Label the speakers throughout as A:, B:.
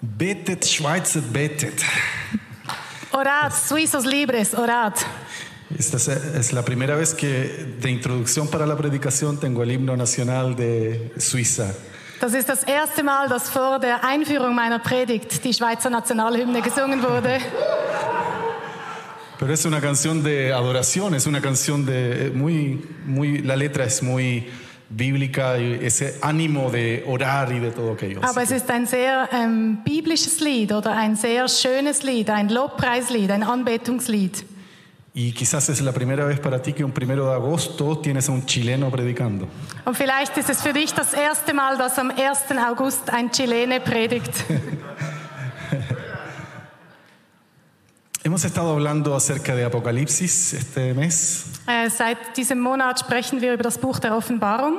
A: Betet, Schweizer, betet.
B: Orad, suizos libres, orad.
A: Esta es, es la primera vez que de introducción para la predicación tengo el himno nacional de Suiza.
B: Das ist das erste Mal, dass vor der Einführung meiner Predigt die Schweizer Nationalhymne gesungen wurde.
A: Pero es una canción de adoración, es una canción de eh, muy, muy, la letra es muy bíblica, y ese ánimo de orar y de todo aquello. Así
B: Aber es
A: que
B: ist ein sehr ähm, biblisches Lied oder ein sehr schönes Lied, ein Lobpreislied, ein Anbetungslied.
A: Y quizás es la primera vez para ti que un primero de agosto tienes a un chileno predicando.
B: Und vielleicht ist es für dich das erste Mal, dass am 1. August ein Chilene predigt.
A: Hemos estado hablando acerca de Apocalipsis este mes
B: Äh, seit diesem Monat sprechen wir über das Buch der Offenbarung.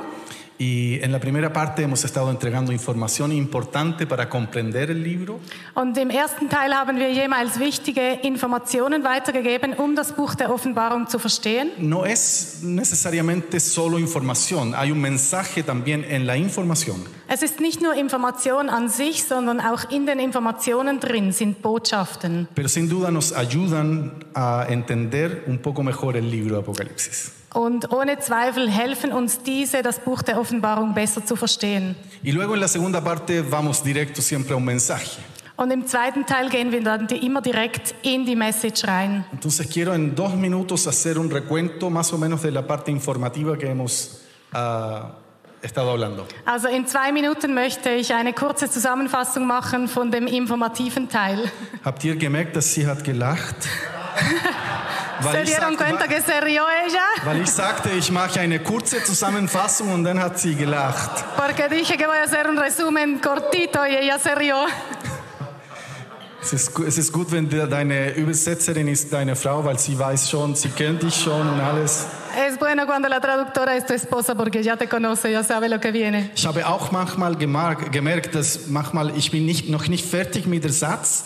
A: y en la primera parte hemos estado entregando información importante para comprender el libro
B: Und im ersten Teil haben wir jeweils wichtige Informationen weitergegeben, um das Buch der Offenbarung zu verstehen.
A: no es necesariamente solo información, hay un mensaje también en la información.
B: Es ist nicht nur Information an sich, sondern auch in den Informationen drin sind Botschaften.
A: Pero sin duda nos ayudan a entender un poco mejor el libro de Apocalipsis.
B: Und ohne Zweifel helfen uns diese, das Buch der Offenbarung besser zu verstehen.
A: Y luego en la segunda parte vamos directo siempre a un mensaje.
B: Und im zweiten Teil gehen wir dann die immer direkt in die Message rein.
A: Entonces quiero en dos minutos hacer un recuento más o menos de la parte informativa que hemos ah, estado hablando.
B: Also in zwei Minuten möchte ich eine kurze Zusammenfassung machen von dem informativen Teil.
A: Habt ihr gemerkt, dass sie hat gelacht?
B: Se
A: Weil ich,
B: dieron
A: sagte,
B: cuenta que se rió ella?
A: weil ich sagte, ich mache eine kurze Zusammenfassung und dann hat sie gelacht.
B: Porque dije que voy a hacer un resumen cortito y ella se rió.
A: Es ist, gu- es ist gut, wenn de- deine Übersetzerin ist deine Frau, weil sie weiß schon, sie kennt dich schon und alles.
B: Es bueno cuando la traductora es tu esposa porque ya te conoce, ya sabe lo que viene.
A: Ich habe auch manchmal gemerkt, gemerkt dass manchmal ich bin nicht, noch nicht fertig mit dem Satz,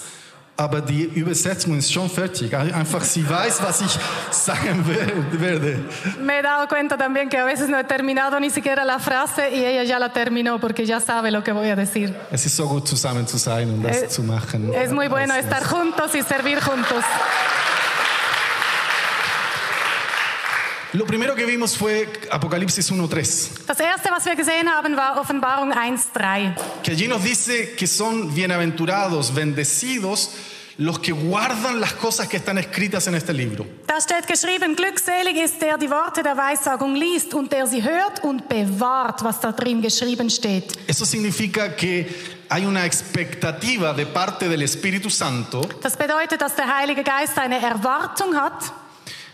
A: aber die Übersetzung ist schon fertig. Ein- Einfach sie weiß, was ich sagen wer- werde.
B: Me he dado cuenta también que a veces no he terminado ni siquiera la frase y ella ya la terminó porque ya sabe lo que voy a decir.
A: Es ist so gut, zusammen zu sein und das
B: Es-
A: zu machen.
B: Es muy bueno
A: Also,
B: estar juntos y servir juntos.
A: Lo primero que vimos fue Apocalipsis 1.3,
B: Das erste, was wir gesehen haben, war Offenbarung 1.3.
A: que allí nos dice que son bienaventurados, bendecidos los que guardan las cosas que están escritas en este libro.
B: Da steht geschrieben, glückselig ist der die Worte der Weissagung liest und der sie hört und bewahrt, was da drin geschrieben steht.
A: Eso significa que hay una expectativa de parte del Espíritu Santo
B: Das bedeutet, dass der Heilige Geist eine Erwartung hat,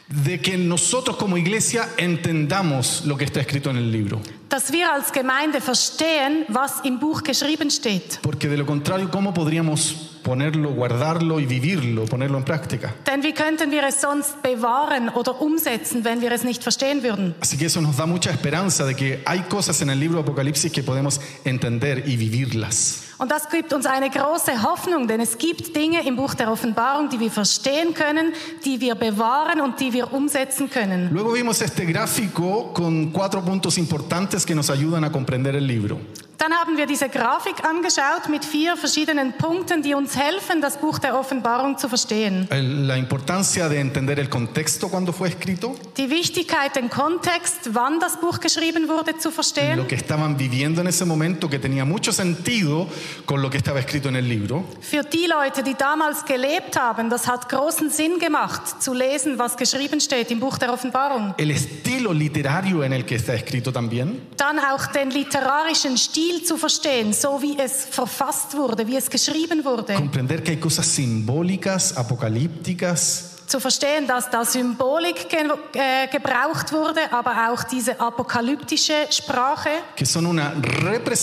A: de que nosotros como iglesia entendamos lo que está escrito en el libro.
B: dass wir als Gemeinde verstehen, was im Buch geschrieben steht.
A: Porque de lo contrario, ¿cómo podríamos ponerlo, guardarlo y vivirlo, ponerlo en práctica?
B: Denn wie könnten wir es sonst bewahren oder umsetzen, wenn wir es nicht verstehen würden?
A: Así que eso nos da mucha esperanza de que hay cosas en el libro de Apocalipsis que podemos entender y vivirlas.
B: Und das gibt uns eine große Hoffnung, denn es gibt Dinge im Buch der Offenbarung, die wir verstehen können, die wir bewahren und die wir umsetzen können.
A: Luego vimos este gráfico con cuatro puntos importantes que nos ayudan a comprender el libro.
B: Dann haben wir diese Grafik angeschaut mit vier verschiedenen Punkten, die uns helfen, das Buch der Offenbarung zu verstehen.
A: El- la importancia de entender el contexto cuando fue escrito,
B: Die Wichtigkeit, den Kontext, wann das Buch geschrieben wurde, zu verstehen.
A: lo que estaban viviendo en ese momento, que tenía mucho sentido con lo que estaba escrito en el libro.
B: Für die Leute, die damals gelebt haben, das hat großen Sinn gemacht, zu lesen, was geschrieben steht im Buch der Offenbarung.
A: el estilo literario en el que está escrito también.
B: Dann auch den literarischen Stil zu verstehen, so wie es verfasst wurde, wie es geschrieben wurde.
A: Comprender que hay cosas simbólicas, apocalípticas,
B: Zu verstehen, dass da Symbolik ge äh, gebraucht wurde, aber auch diese apokalyptische Sprache.
A: que son una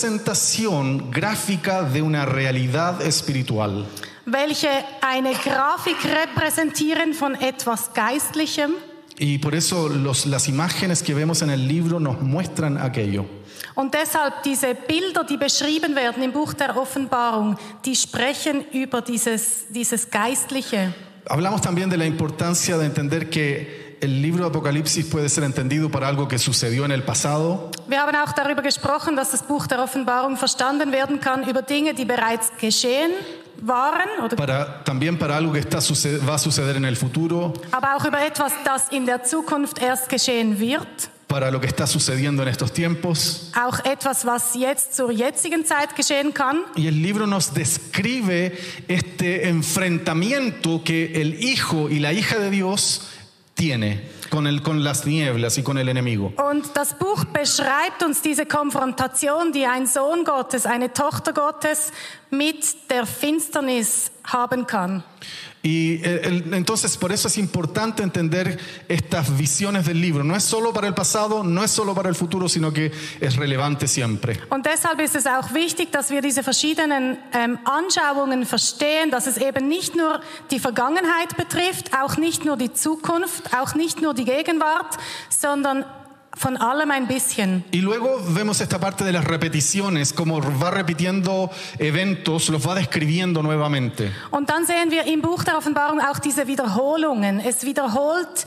A: representación gráfica de una realidad espiritual.
B: welche eine Grafik repräsentieren von etwas Geistlichem.
A: Y por eso los- las imágenes que vemos en el libro nos muestran aquello.
B: Und deshalb diese Bilder, die beschrieben werden im Buch der Offenbarung, die sprechen über dieses, dieses Geistliche.
A: Hablamos también de la importancia de entender que el libro de Apocalipsis puede ser entendido para algo que sucedió en el pasado,
B: Wir haben auch darüber gesprochen, dass das Buch der Offenbarung verstanden werden kann über Dinge, die bereits geschehen, waren, oder,
A: para, también para algo que está, suce- va a suceder en el futuro,
B: aber auch über etwas, das in der Zukunft erst geschehen wird.
A: para lo que está sucediendo en estos tiempos.
B: Auch etwas, was jetzt zur jetzigen Zeit geschehen kann.
A: Y el libro nos describe este enfrentamiento que el hijo y la hija de Dios tiene con, el, con las nieblas y con el enemigo.
B: Und das Buch beschreibt uns diese Konfrontation, die ein Sohn Gottes, eine Tochter Gottes mit der Finsternis haben kann.
A: Y eh, el- entonces por eso es importante entender estas visiones del libro. No es solo para el pasado, no es solo para el futuro, sino que es relevante siempre.
B: Und deshalb ist es auch wichtig, dass wir diese verschiedenen ähm, Anschauungen verstehen, dass es eben nicht nur die Vergangenheit betrifft, auch nicht nur die Zukunft, auch nicht nur die Gegenwart, sondern von allem ein bisschen.
A: Y luego vemos esta parte de las repeticiones, como va repitiendo eventos, los va describiendo nuevamente.
B: Und dann sehen wir im Buch der Offenbarung auch diese Wiederholungen. Es wiederholt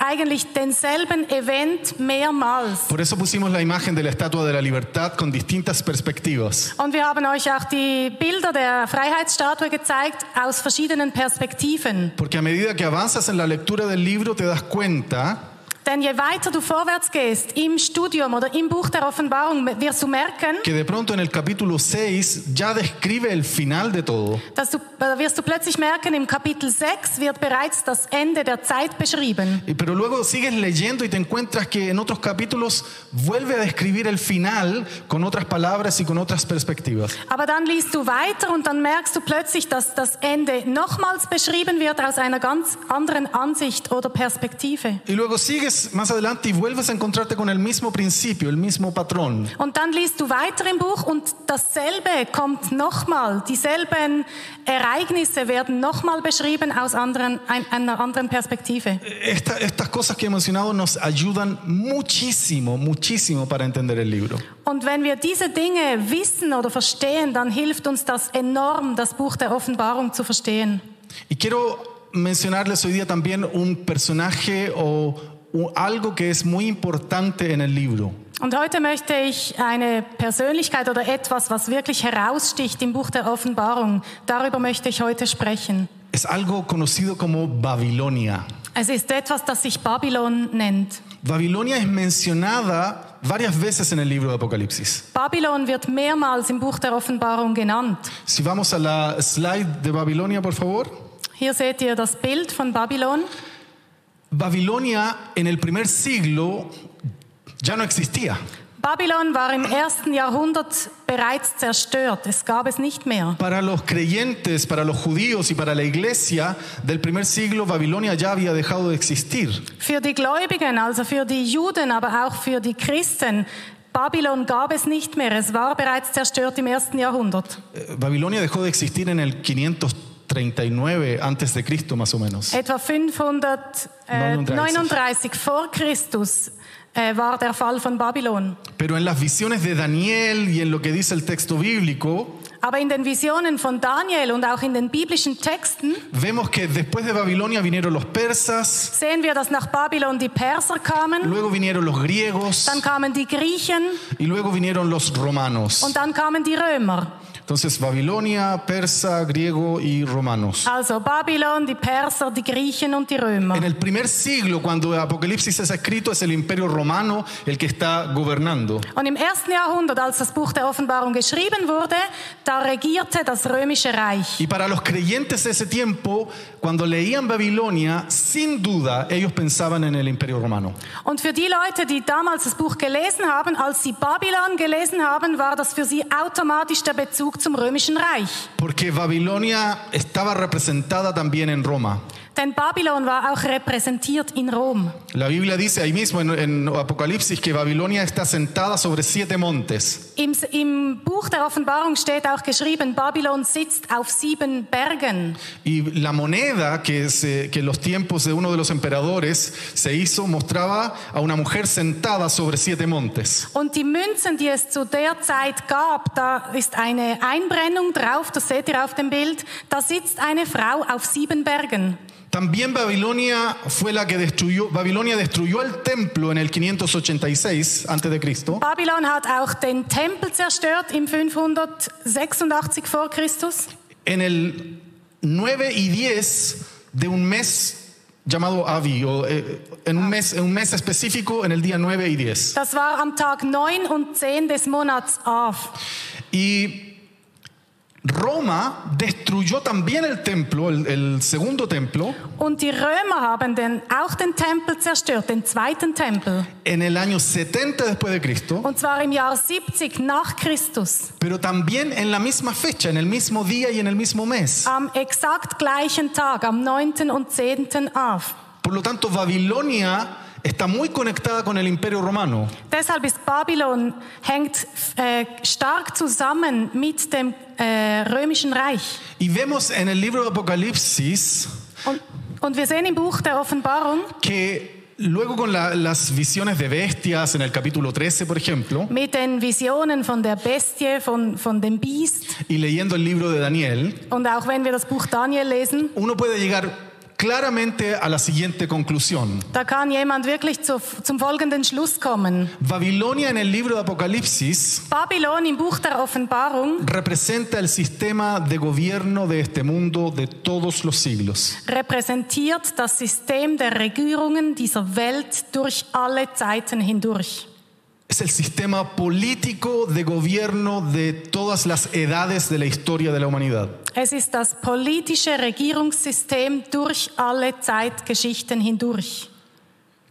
B: eigentlich denselben Event mehrmals.
A: Por eso pusimos la imagen de la Estatua de la Libertad con distintas perspectivas.
B: Und wir haben euch auch die Bilder der Freiheitsstatue gezeigt aus verschiedenen Perspektiven.
A: Porque a medida que avanzas en la lectura del libro te das cuenta
B: Denn je weiter du vorwärts gehst im Studium oder im Buch der Offenbarung, wirst du merken,
A: que de pronto en el capítulo 6 ya describe el final de todo.
B: dass du, äh, wirst du plötzlich merken, im Kapitel 6 wird bereits das Ende der Zeit beschrieben.
A: Y- Pero luego sigues leyendo y te encuentras que en otros capítulos vuelve a describir el final con otras palabras y con otras perspectivas.
B: Aber dann liest du weiter und dann merkst du plötzlich, dass das Ende nochmals beschrieben wird aus einer ganz anderen Ansicht oder Perspektive.
A: Y luego sigues más adelante y vuelves a encontrarte con el mismo principio, el mismo patrón.
B: Und dann liest du weiter im Buch und dasselbe kommt nochmal. Dieselben Ereignisse werden nochmal beschrieben aus anderen, ein, einer anderen Perspektive.
A: Esta- estas cosas que he mencionado nos ayudan muchísimo, muchísimo para entender el libro.
B: Und wenn wir diese Dinge wissen oder verstehen, dann hilft uns das enorm, das Buch der Offenbarung zu verstehen.
A: Y quiero mencionarles hoy día también un personaje o, o algo que es muy importante en el libro.
B: Und heute möchte ich eine Persönlichkeit oder etwas, was wirklich heraussticht im Buch der Offenbarung, darüber möchte ich heute sprechen.
A: Es algo conocido como Babilonia.
B: Es ist etwas, das sich Babylon nennt.
A: Babilonia es mencionada varias veces en el libro de Apocalipsis.
B: Babylon wird mehrmals im Buch der Offenbarung genannt.
A: Si vamos a la slide de Babilonia, por favor.
B: Hier seht ihr das Bild von Babylon.
A: Babilonia en el primer siglo ya no existía.
B: Babylon war im ersten Jahrhundert bereits zerstört. Es gab es nicht mehr.
A: Para los creyentes, para los judíos y para la iglesia del primer siglo, Babilonia ya había dejado de existir.
B: Für die Gläubigen, also für die Juden, aber auch für die Christen, Babylon gab es nicht mehr. Es war bereits zerstört im ersten Jahrhundert.
A: Eh, Babilonia dejó de existir en el 539 antes de Cristo más o menos.
B: Etwa 539 vor Christus äh, war der Fall von Babylon.
A: Pero en las visiones de Daniel y en lo que dice el texto bíblico,
B: Aber in den Visionen von Daniel und auch in den biblischen Texten
A: vemos que después de Babilonia vinieron los persas,
B: sehen wir, dass nach Babylon die Perser kamen,
A: luego vinieron los griegos
B: dann kamen die Griechen
A: y luego vinieron los romanos.
B: und dann kamen die Römer.
A: Entonces Babilonia, persa, griego y romanos.
B: Also Babylon, die Perser, die Griechen und die Römer.
A: En el primer siglo, cuando Apocalipsis es escrito, es el imperio romano el que está gobernando.
B: Und im ersten Jahrhundert, als das Buch der Offenbarung geschrieben wurde, da regierte das Römische Reich.
A: Y para los creyentes de ese tiempo, cuando leían Babilonia, sin duda ellos pensaban en el Imperio Romano.
B: Und für die Leute, die damals das Buch gelesen haben, als sie Babylon gelesen haben, war das für sie automatisch der Bezug zum Römischen Reich.
A: Porque Babilonia estaba representada también en Roma.
B: Denn Babylon war auch repräsentiert in Rom.
A: La Biblia dice ahí mismo en, en Apocalipsis que Babilonia está sentada sobre siete montes.
B: Im, Im Buch der Offenbarung steht auch geschrieben, Babylon sitzt auf sieben Bergen.
A: Y la moneda que, se- que en los tiempos de uno de los emperadores se hizo mostraba a una mujer sentada sobre siete montes.
B: Und die Münzen, die es zu der Zeit gab, da ist eine Einbrennung drauf, das seht ihr auf dem Bild, da sitzt eine Frau auf sieben Bergen.
A: También Babilonia fue la que destruyó, Babilonia destruyó el templo en el 586 antes de Cristo.
B: Babylon hat auch den Tempel zerstört im 586 vor Christus
A: en el 9 y 10 de un mes llamado Avi, o eh, en, un mes, en un mes específico, en el día 9 y 10.
B: Das war am Tag 9 und 10 des Monats Av.
A: Y Roma destruyó también el templo, el, el segundo templo,
B: Und die Römer haben den, auch den Tempel zerstört, den zweiten Tempel.
A: en el año 70 después de Cristo,
B: Und zwar im Jahr 70 nach Christus,
A: pero también en la misma fecha, en el mismo día y en el mismo mes.
B: am exakt gleichen Tag, am 9. und 10. Av.
A: Por lo tanto, Babilonia está muy conectada con el Imperio Romano.
B: Deshalb ist Babylon hängt äh, stark zusammen mit dem äh, römischen Reich.
A: Y vemos en el libro de Apocalipsis
B: Und, und wir sehen im Buch der Offenbarung
A: que luego con la- las visiones de bestias, en el capítulo 13, por ejemplo,
B: mit den Visionen von der Bestie, von, von dem Biest.
A: y leyendo el libro de Daniel,
B: Und auch wenn wir das Buch Daniel lesen,
A: uno puede llegar claramente a la siguiente conclusión.
B: da kann jemand wirklich zu, zum folgenden Schluss kommen.
A: Babilonia en el libro de Apocalipsis
B: Babylon im Buch der Offenbarung
A: representa el sistema de gobierno de este mundo de todos los siglos.
B: repräsentiert das System der Regierungen dieser Welt durch alle Zeiten hindurch.
A: Es el sistema político de gobierno de todas las edades de la historia de la humanidad.
B: Es ist das politische Regierungssystem durch alle Zeitgeschichten hindurch,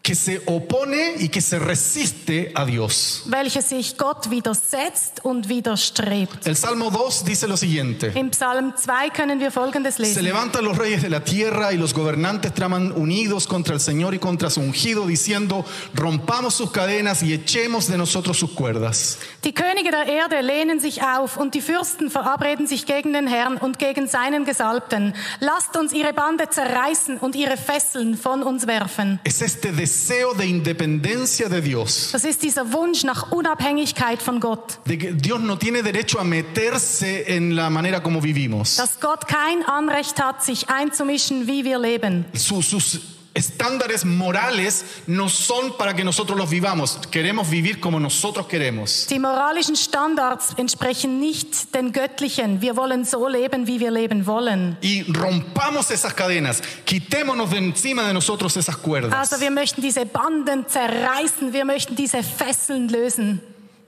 A: que se opone y que se resiste a Dios.
B: welches sich Gott widersetzt und widerstrebt.
A: El Salmo 2 dice lo siguiente.
B: Im Psalm 2 können wir Folgendes
A: Se
B: lesen.
A: levantan los reyes de la tierra y los gobernantes traman unidos contra el Señor y contra su ungido, diciendo, rompamos sus cadenas y echemos de nosotros sus cuerdas.
B: Die Könige der Erde lehnen sich auf und die Fürsten verabreden sich gegen den Herrn und gegen seinen Gesalbten. Lasst uns ihre Bande zerreißen und ihre Fesseln von uns werfen.
A: Es este deseo de independencia de Dios,
B: Das ist dieser Wunsch nach Unabhängigkeit von Gott.
A: de que Dios no tiene derecho a meterse en la manera como vivimos.
B: Dass Gott kein Anrecht hat, sich einzumischen, wie wir leben.
A: Su- sus estándares morales no son para que nosotros los vivamos. Queremos vivir como nosotros queremos.
B: Die moralischen Standards entsprechen nicht den göttlichen. Wir wollen so leben, wie wir leben wollen.
A: y rompamos esas cadenas, quitémonos de encima de nosotros esas cuerdas.
B: Also wir möchten diese Banden zerreißen, wir möchten diese Fesseln lösen.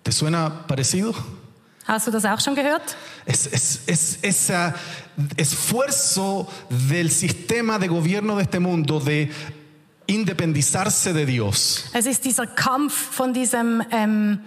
A: ¿Te suena parecido?
B: Hast du das auch schon gehört?
A: Es, es, es ese esfuerzo del sistema de gobierno de este mundo de independizarse de Dios.
B: Es ist dieser Kampf von diesem, ähm,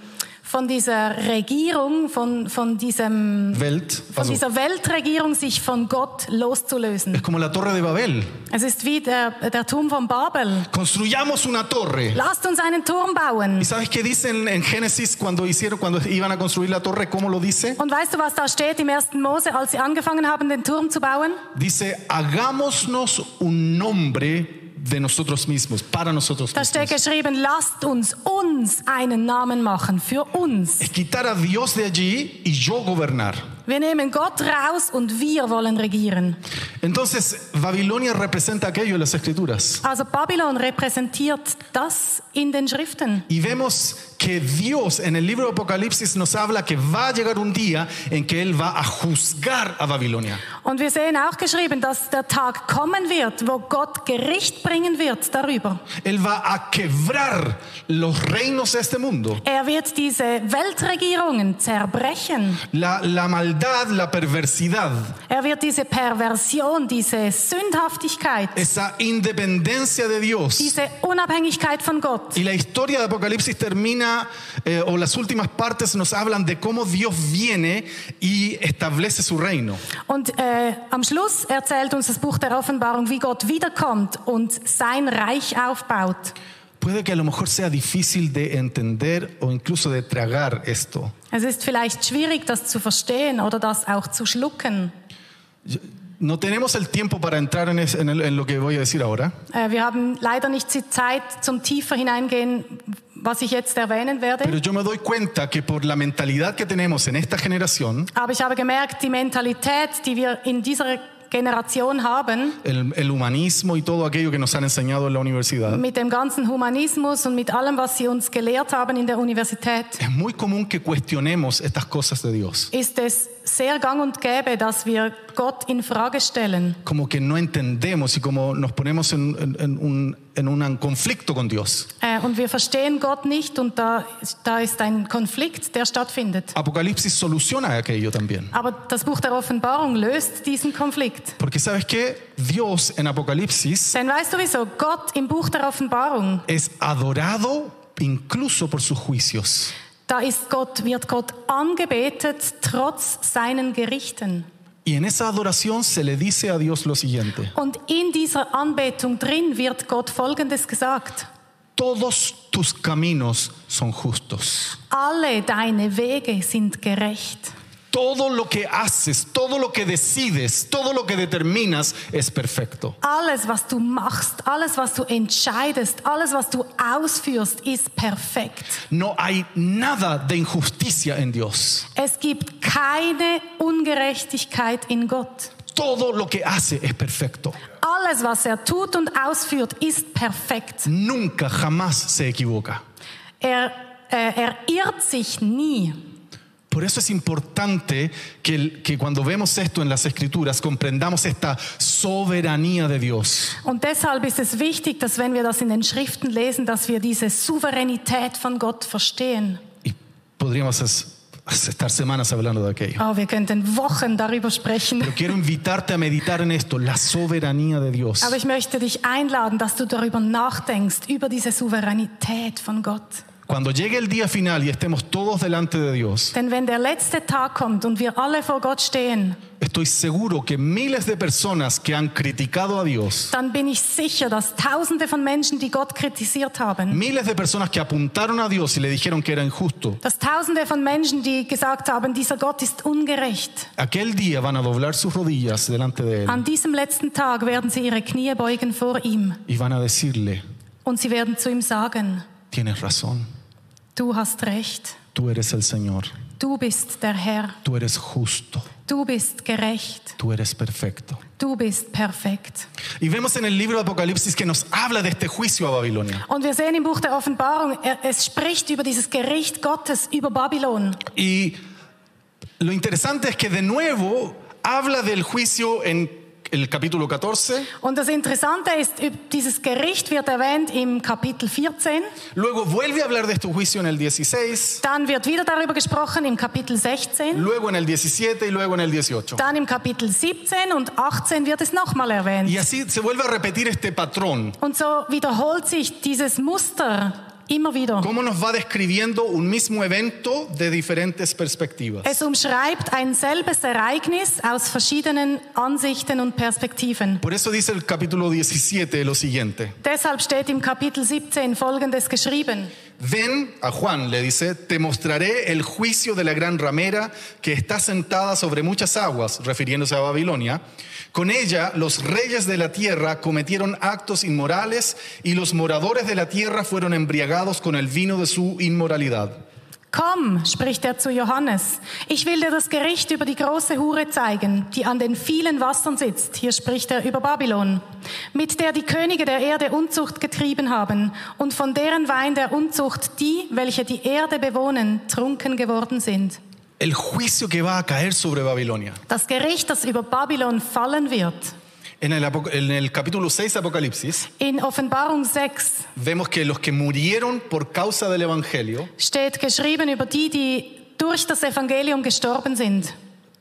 B: von dieser Regierung, von, von diesem,
A: Welt,
B: von
A: also,
B: dieser Weltregierung, sich von Gott loszulösen.
A: es como la Torre de Babel.
B: Es ist wie der, der Turm von Babel.
A: Construyamos una torre.
B: Lasst uns einen Turm bauen.
A: ¿Y sabes qué dicen en Génesis cuando hicieron, cuando iban a construir la torre? ¿Cómo lo dice?
B: Und weißt du, was da steht im 1. Mose, als sie angefangen haben, den Turm zu bauen?
A: Dice, hagámonos un nombre de nosotros mismos, para nosotros
B: Da
A: mismos.
B: steht geschrieben, lasst uns uns einen Namen machen, für uns.
A: es quitar a Dios de allí y yo gobernar.
B: Wir nehmen Gott raus und wir wollen regieren.
A: Entonces, Babilonia representa aquello en las escrituras.
B: Also Babylon repräsentiert das in den Schriften.
A: Y vemos que Dios en el libro de Apocalipsis nos habla que va a llegar un día en que Él va a juzgar a Babilonia.
B: Und wir sehen auch geschrieben, dass der Tag kommen wird, wo Gott Gericht bringen wird darüber.
A: Él va a quebrar los reinos de este mundo.
B: Er wird diese Weltregierungen zerbrechen.
A: La, la maldad, la perversidad,
B: Er wird diese Perversion, diese Sündhaftigkeit,
A: esa independencia de Dios.
B: diese Unabhängigkeit von Gott.
A: Y la historia de Apocalipsis termina, eh, o las últimas partes nos hablan de cómo Dios viene y establece su reino.
B: Und äh, am Schluss erzählt uns das Buch der Offenbarung, wie Gott wiederkommt und sein Reich aufbaut.
A: Puede que a lo mejor sea difícil de entender o incluso de tragar esto.
B: Es ist vielleicht schwierig, das zu verstehen oder das auch zu schlucken.
A: No tenemos el tiempo para entrar en, es- en el- en lo que voy a decir ahora,
B: Äh, wir haben leider nicht die Zeit zum tiefer hineingehen, was ich jetzt erwähnen
A: pero
B: werde.
A: yo me doy cuenta que por la mentalidad que tenemos en esta generación,
B: Aber ich habe gemerkt, die Mentalität, die wir in dieser Generation haben,
A: el, el humanismo y todo aquello que nos han enseñado en la universidad,
B: mit dem ganzen Humanismus und mit allem, was sie uns gelehrt haben in der Universität,
A: es muy común que cuestionemos estas cosas de Dios.
B: ist es sehr gang und gäbe, dass wir Gott in Frage stellen.
A: como que no entendemos y como nos ponemos en, en- en un, en un conflicto con Dios.
B: Äh, und wir verstehen Gott nicht und da, da ist ein Konflikt, der stattfindet.
A: Apocalipsis soluciona aquello también.
B: Aber das Buch der Offenbarung löst diesen Konflikt.
A: Porque sabes qué? Dios en Apocalipsis
B: Denn weißt du wieso? Gott im Buch der Offenbarung,
A: es adorado incluso por sus juicios.
B: da ist Gott, wird Gott angebetet trotz seinen Gerichten.
A: Y en esa adoración se le dice a Dios lo siguiente,
B: Und in dieser Anbetung drin wird Gott Folgendes gesagt.
A: todos tus caminos son justos.
B: Alle deine Wege sind gerecht.
A: Todo lo que haces, todo lo que decides, todo lo que determinas es perfecto.
B: Alles, was du machst, alles, was du entscheidest, alles, was du ausführst, ist perfekt.
A: No hay nada de injusticia en Dios.
B: Es gibt keine Ungerechtigkeit in Gott.
A: Todo lo que hace es perfecto.
B: Alles, was er tut und ausführt, ist perfekt.
A: Nunca, jamás se equivoca.
B: Er, äh, er irrt sich nie.
A: Por eso es importante que, el- que cuando vemos esto en las escrituras comprendamos esta soberanía de Dios.
B: Und deshalb ist es wichtig, dass wenn wir das in den Schriften lesen, dass wir diese Souveränität von Gott verstehen.
A: Y podríamos es- estar semanas hablando de aquello.
B: Oh, wir könnten Wochen darüber sprechen.
A: Pero quiero invitarte a meditar en esto, la soberanía de Dios.
B: Aber ich möchte dich einladen, dass du darüber nachdenkst, über diese Souveränität von Gott.
A: Cuando llegue el día final y estemos todos delante de Dios,
B: Denn wenn der letzte Tag kommt und wir alle vor Gott stehen,
A: estoy seguro que miles de personas que han criticado a Dios,
B: dann bin ich sicher, dass Tausende von Menschen, die Gott kritisiert haben,
A: miles de personas que apuntaron a Dios y le dijeron que era injusto,
B: dass Tausende von Menschen, die gesagt haben, dieser Gott ist ungerecht,
A: aquel día van a doblar sus rodillas delante de Él
B: an diesem letzten Tag werden sie ihre Knie beugen vor ihm
A: y van a decirle,
B: und sie werden zu ihm sagen,
A: tienes razón,
B: du hast recht,
A: tú eres el Señor,
B: du bist der Herr,
A: tú eres justo,
B: du bist gerecht,
A: tú eres perfecto.
B: du bist perfekt.
A: Y vemos en el libro de Apocalipsis que nos habla de este juicio a Babilonia.
B: Und wir sehen im Buch der Offenbarung, er- es spricht über dieses Gericht Gottes über Babylon.
A: Y lo interesante es que de nuevo habla del juicio en el capítulo 14,
B: Und das Interessante ist, üb- dieses Gericht wird erwähnt im Kapitel 14,
A: luego vuelve a hablar de este juicio en el 16,
B: dann wird wieder darüber gesprochen im Kapitel 16,
A: luego en el 17 y luego en el 18.
B: dann im Kapitel 17 und 18 wird es nochmal
A: Y
B: erwähnt.
A: así se vuelve a repetir este patrón.
B: Und so wiederholt sich dieses Muster immer wieder.
A: Cómo nos va describiendo un mismo evento de diferentes perspectivas.
B: Es umschreibt ein selbes Ereignis aus verschiedenen Ansichten und Perspektiven.
A: Por eso dice el capítulo 17 lo siguiente.
B: Deshalb steht im Kapitel 17 Folgendes geschrieben.
A: Ven a Juan, le dice, te mostraré el juicio de la gran ramera que está sentada sobre muchas aguas, refiriéndose a Babilonia. Con ella los reyes de la tierra cometieron actos inmorales y los moradores de la tierra fueron embriagados con el vino de su inmoralidad.
B: Komm, spricht er zu Johannes, ich will dir das Gericht über die große Hure zeigen, die an den vielen Wassern sitzt, hier spricht er über Babylon, mit der die Könige der Erde Unzucht getrieben haben und von deren Wein der Unzucht die, welche die Erde bewohnen, trunken geworden sind.
A: El juicio que va a caer sobre Babilonia.
B: Das Gericht, das über Babylon fallen wird.
A: En el, Apoc- en el capítulo 6 de Apocalipsis
B: In Offenbarung 6
A: vemos que los que murieron por causa del Evangelio
B: steht geschrieben über die, die durch das Evangelium gestorben sind.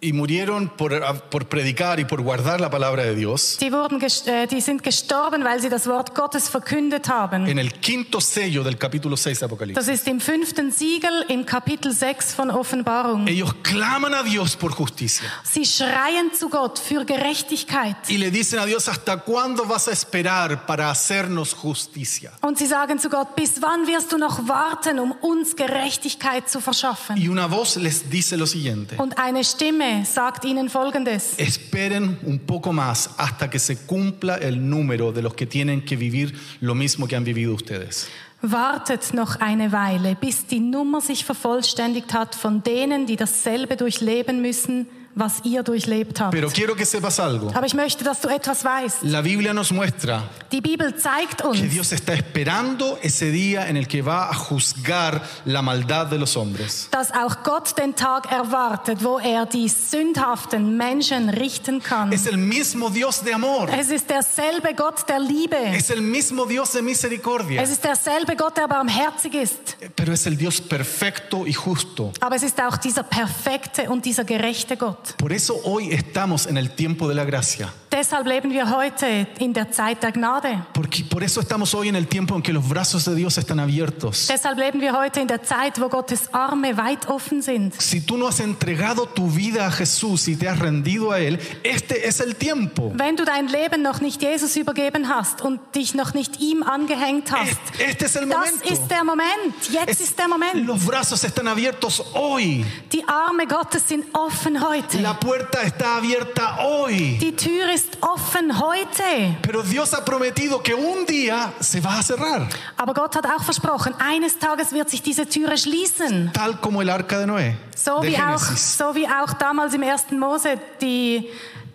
A: y murieron por, por predicar y por guardar la palabra de Dios,
B: Die, wurden ges- äh, die sind gestorben, weil sie das Wort Gottes verkündet haben.
A: en el quinto sello del capítulo 6 de Apocalipsis.
B: Das ist im fünften Siegel im Kapitel 6 von Offenbarung.
A: Ellos claman a Dios por justicia
B: Sie schreien zu Gott für Gerechtigkeit.
A: y le dicen a Dios, ¿hasta cuándo vas a esperar para hacernos justicia?
B: Und sie sagen zu Gott, bis wann wirst du noch warten, um uns Gerechtigkeit zu verschaffen?
A: Y una voz les dice lo siguiente,
B: Und eine Stimme sagt ihnen Folgendes.
A: esperen un poco más hasta que se cumpla el número de los que tienen que vivir lo mismo que han vivido ustedes.
B: Wartet noch eine Weile, bis die Nummer sich vervollständigt hat von denen, die dasselbe durchleben müssen, was ihr durchlebt habt.
A: Pero quiero que sepas algo.
B: Aber ich möchte, dass du etwas weißt.
A: La Biblia nos muestra
B: Die Bibel zeigt uns,
A: que Dios está esperando ese día en el que va a juzgar la maldad de los hombres.
B: dass auch Gott den Tag erwartet, wo er die sündhaften Menschen richten kann.
A: Es el mismo Dios de amor.
B: Es ist derselbe Gott der Liebe.
A: Es el mismo Dios de misericordia.
B: Es ist derselbe Gott, der barmherzig ist.
A: Pero es el Dios perfecto y justo.
B: Aber es ist auch dieser perfekte und dieser gerechte Gott.
A: Por eso hoy estamos en el tiempo de la gracia.
B: Deshalb leben wir heute in der Zeit der Gnade.
A: Porque, por eso estamos hoy en el tiempo en que los brazos de Dios están abiertos.
B: Deshalb leben wir heute in der Zeit, wo Gottes Arme weit offen sind.
A: Si tú no has entregado tu vida a Jesús y te has rendido a Él, este es el tiempo.
B: Wenn du dein Leben noch nicht Jesus übergeben hast und dich noch nicht ihm angehängt hast,
A: Este, este es el
B: das
A: momento.
B: ist der Moment. Jetzt
A: Es-
B: ist der Moment.
A: los brazos están abiertos hoy.
B: Die Arme Gottes sind offen heute.
A: La puerta está abierta hoy.
B: Die Tür ist offen heute.
A: Pero Dios ha prometido que un día se va a cerrar,
B: Aber Gott hat auch versprochen, eines Tages wird sich diese Türe schließen.
A: tal como el arca de Noé.
B: So
A: de
B: wie auch,
A: Génesis.
B: so wie auch damals im ersten Mose die,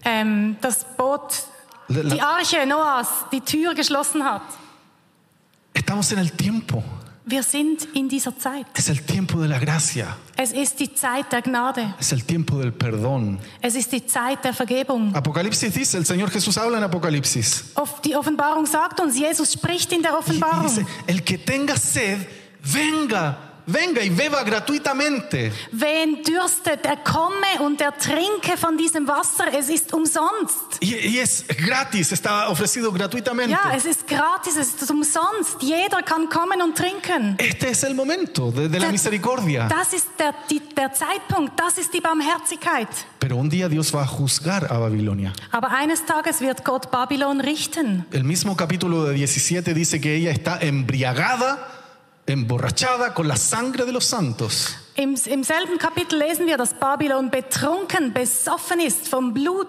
B: ähm, das Boot,
A: La- la-
B: die Arche Noahs, die Tür geschlossen hat.
A: Estamos en el tiempo.
B: Wir sind in dieser Zeit.
A: Es el tiempo de la gracia.
B: Es ist die Zeit der Gnade.
A: Es el tiempo del perdón.
B: Es ist die Zeit der Vergebung.
A: Apocalipsis dice, el Señor Jesús habla en Apocalipsis.
B: Off- Die Offenbarung sagt uns, Jesus spricht in der
A: Y- y dice,
B: Offenbarung.
A: el que tenga sed, venga, venga y beba gratuitamente.
B: Wen dürstet, er komme und er trinke von diesem Wasser. Es ist umsonst.
A: Y, y es gratis, está ofrecido gratuitamente.
B: Ja, es ist gratis, es ist umsonst. Jeder kann kommen und trinken.
A: este es el momento de, de la
B: Da-
A: misericordia.
B: Das ist der, die, der Zeitpunkt, das ist die Barmherzigkeit.
A: Pero un día Dios va a juzgar a Babilonia.
B: Aber eines Tages wird Gott Babylon richten.
A: El mismo capítulo de 17 dice que ella está embriagada, emborrachada con la sangre de los santos.
B: Im, Im selben Kapitel lesen wir, dass Babylon betrunken, besoffen ist vom Blut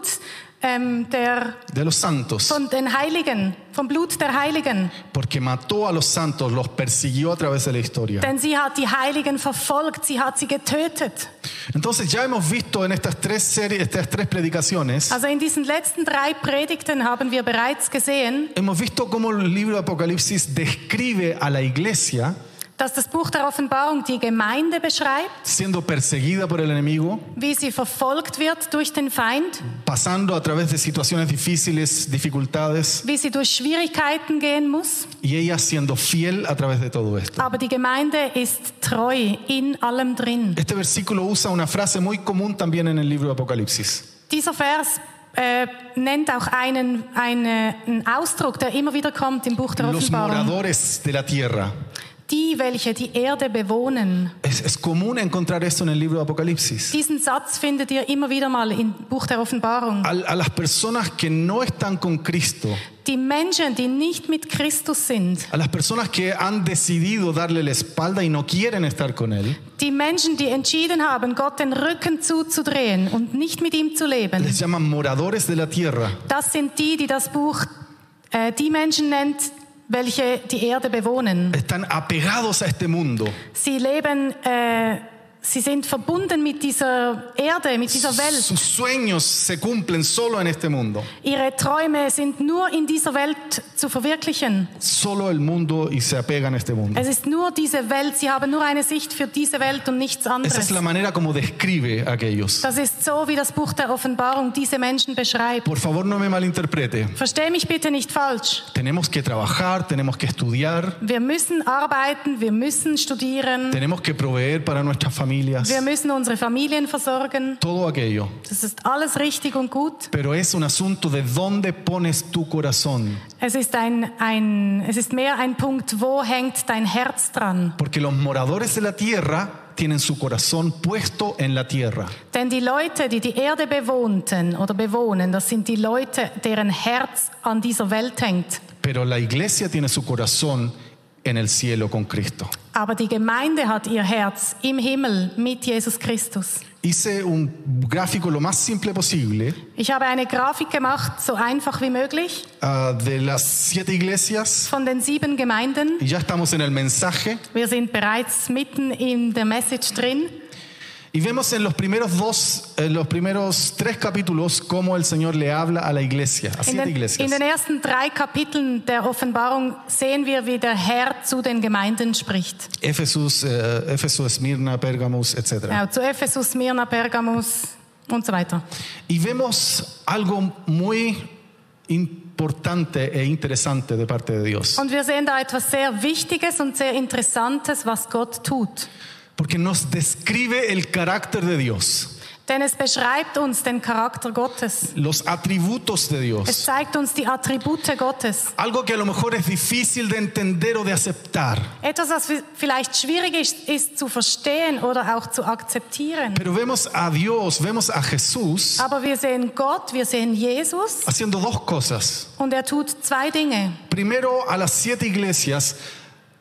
B: ähm, der,
A: De los santos.
B: von den Heiligen, vom Blut der Heiligen.
A: Porque mató a los santos, los persiguió a través de la historia.
B: Denn sie hat die Heiligen verfolgt, sie hat sie getötet.
A: Entonces ya hemos visto en estas tres series, estas tres predicaciones,
B: Also in diesen letzten drei Predigten haben wir bereits gesehen,
A: hemos visto cómo el libro de Apocalipsis describe a la iglesia
B: dass das Buch der Offenbarung die Gemeinde beschreibt,
A: siendo perseguida por el enemigo,
B: wie sie verfolgt wird durch den Feind,
A: pasando a través de situaciones difíciles, dificultades,
B: wie sie durch Schwierigkeiten gehen muss.
A: y ella siendo fiel a través de todo esto.
B: Aber die Gemeinde ist treu in allem drin.
A: Este versículo usa una frase muy común también en el libro de Apocalipsis.
B: Dieser Vers äh, nennt auch einen, eine, einen Ausdruck, der immer wieder kommt im Buch der
A: Los
B: Offenbarung.
A: moradores de la tierra.
B: Die, welche die Erde bewohnen.
A: Es, es común encontrar esto en el libro de Apocalipsis.
B: Diesen Satz findet ihr immer wieder mal im Buch der Offenbarung.
A: A, a las personas que no están con Cristo,
B: Die Menschen, die nicht mit Christus sind,
A: a las personas que han decidido darle la espalda y no quieren estar con Él,
B: die Menschen, die entschieden haben, Gott den Rücken zuzudrehen und nicht mit ihm zu leben,
A: les llaman moradores de la tierra.
B: das sind die, die das Buch äh, die Menschen nennt, welche die Erde bewohnen.
A: Están apegados a este mundo.
B: Sie leben, äh, sie sind verbunden mit dieser Erde, mit dieser Welt.
A: Sus sueños se cumplen solo en este mundo.
B: Ihre Träume sind nur in dieser Welt zu verwirklichen.
A: Solo el mundo y se apegan a este mundo.
B: Es ist nur diese Welt. Sie haben nur eine Sicht für diese Welt und nichts
A: Esa es
B: anderes.
A: la manera como describe a aquellos.
B: Das ist so, wie das Buch der Offenbarung diese Menschen beschreibt.
A: Por favor, no me malinterprete.
B: Versteh mich bitte nicht falsch.
A: Tenemos que trabajar, tenemos que estudiar,
B: Wir müssen arbeiten, wir müssen studieren,
A: tenemos que proveer para nuestras familias,
B: wir müssen unsere Familien versorgen.
A: todo aquello.
B: Das ist alles richtig und gut.
A: Pero es un asunto de dónde pones tu corazón,
B: Es ist, ein, ein, es ist mehr ein Punkt, wo hängt dein Herz dran?
A: porque los moradores de la tierra tienen su corazón puesto en la tierra.
B: Denn die Leute, die die Erde bewohnten oder bewohnen, das sind die Leute, deren Herz an dieser Welt hängt.
A: Pero la iglesia tiene su corazón en el cielo con Cristo.
B: Aber die Gemeinde hat ihr Herz im Himmel mit Jesus Christus.
A: Hice un gráfico lo más simple posible
B: Ich habe eine Grafik gemacht, so einfach wie möglich,
A: ah, de las siete iglesias
B: von den sieben Gemeinden.
A: y ya estamos en el mensaje.
B: Wir sind bereits mitten in der Message drin.
A: Y vemos en los primeros dos, en los primeros tres capítulos cómo el Señor le habla a la iglesia, a
B: In
A: siete
B: den, in
A: iglesias.
B: den ersten drei Kapiteln der Offenbarung sehen wir, wie der Herr zu den Gemeinden spricht.
A: Éfesus, eh, Éfeso, Esmirna, Pérgamos, etc.
B: Genau, zu Ephesus, Smyrna, Pergamus und so weiter.
A: Y vemos algo muy importante e interesante de parte de Dios.
B: Und wir sehen da etwas sehr Wichtiges und sehr Interessantes, was Gott tut.
A: Porque nos describe el carácter de Dios,
B: Denn es beschreibt uns den Charakter Gottes.
A: los atributos de
B: Es
A: Dios.
B: zeigt uns die Attribute Gottes.
A: Algo que a lo mejor es difícil de entender o de aceptar.
B: Etwas, was vielleicht schwierig ist, ist zu verstehen oder auch zu akzeptieren.
A: Pero vemos a Dios, vemos a Jesús
B: Aber wir sehen Gott, wir sehen Jesus
A: haciendo dos cosas.
B: und er tut zwei Dinge.
A: Primero, a las siete iglesias,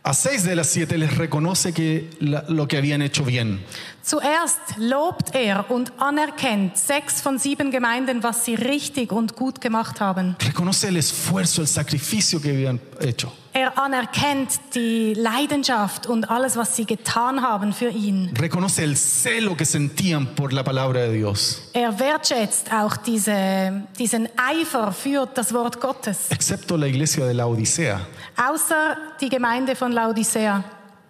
A: a seis de las siete les reconoce que la- lo que habían hecho bien.
B: Zuerst lobt er und anerkennt sechs von sieben Gemeinden, was sie richtig und gut gemacht haben.
A: Reconoce el esfuerzo, el sacrificio que habían hecho.
B: Er anerkennt die Leidenschaft und alles, was sie getan haben für ihn.
A: Reconoce el celo que sentían por la palabra de Dios,
B: Er wertschätzt auch diese, diesen Eifer für das Wort Gottes.
A: excepto la iglesia de la Odisea.
B: Außer die Gemeinde von Laodicea.